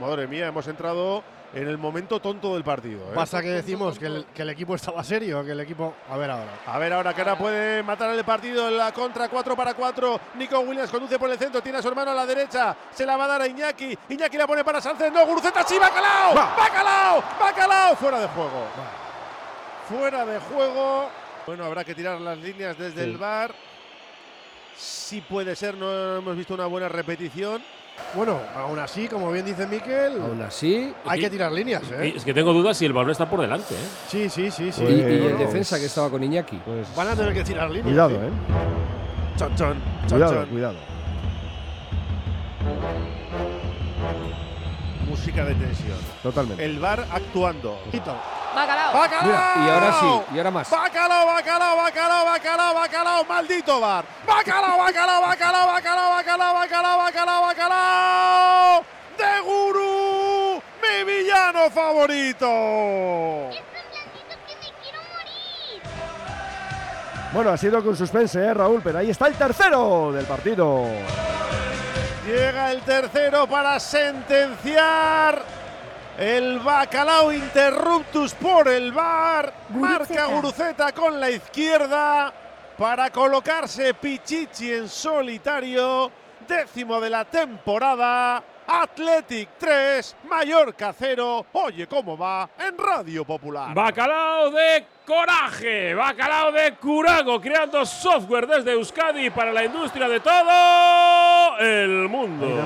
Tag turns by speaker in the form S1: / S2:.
S1: Madre mía, hemos entrado en el momento tonto del partido. ¿eh?
S2: Pasa que decimos que el, que el equipo estaba serio, que el equipo. A ver ahora.
S1: A ver ahora que ahora puede matar el partido en la contra 4 para 4. Nico Williams conduce por el centro, tiene a su hermano a la derecha, se la va a dar a Iñaki. Iñaki la pone para Sánchez, no, Guruceta sí, Bacalao,
S2: Va.
S1: Bacalao, Bacalao, fuera de juego. Fuera de juego. Bueno, habrá que tirar las líneas desde
S2: Sí.
S1: el bar. Sí puede ser, no hemos visto una buena repetición.
S2: Bueno, aún así, como bien dice Miquel,
S3: Aún así.
S2: hay
S3: y-
S2: que tirar líneas,
S4: Y
S2: ¿eh?
S4: Es que tengo dudas si el balón está por delante. ¿eh?
S2: Sí, sí, sí, sí.
S3: y-
S2: No,
S3: y el
S2: no.
S3: defensa que estaba con Iñaki.
S5: Pues
S2: Van a tener que tirar líneas.
S5: cuidado,
S2: sí.
S5: eh.
S1: Chon, chon, chon,
S5: Cuidado,
S1: chon.
S5: cuidado.
S1: Música de tensión.
S5: Totalmente.
S1: El bar actuando.
S2: Quito.
S6: Bacalao.
S1: ¡Bacalao!
S3: Mira, y ahora sí, y ahora más.
S1: ¡Bacalao, bacalao, bacalao, bacalao, bacalao! ¡Maldito bar! ¡Bacalao, bacalao, bacalao, bacalao, bacalao, bacalao, bacalao, bacalao! ¡De Guru! ¡Mi villano favorito!
S5: Bueno, ha sido con suspense, eh, Raúl, pero ahí está el tercero del partido.
S1: Llega el tercero para sentenciar el bacalao interruptus por el bar. Marca Guruceta con la izquierda para colocarse Pichichi en solitario. Décimo de la temporada. Athletic 3, Mallorca 0. Oye, ¿cómo va? En Radio Popular.
S4: Bacalao de coraje, bacalao de curago, creando software desde Euskadi para la industria de todo el mundo.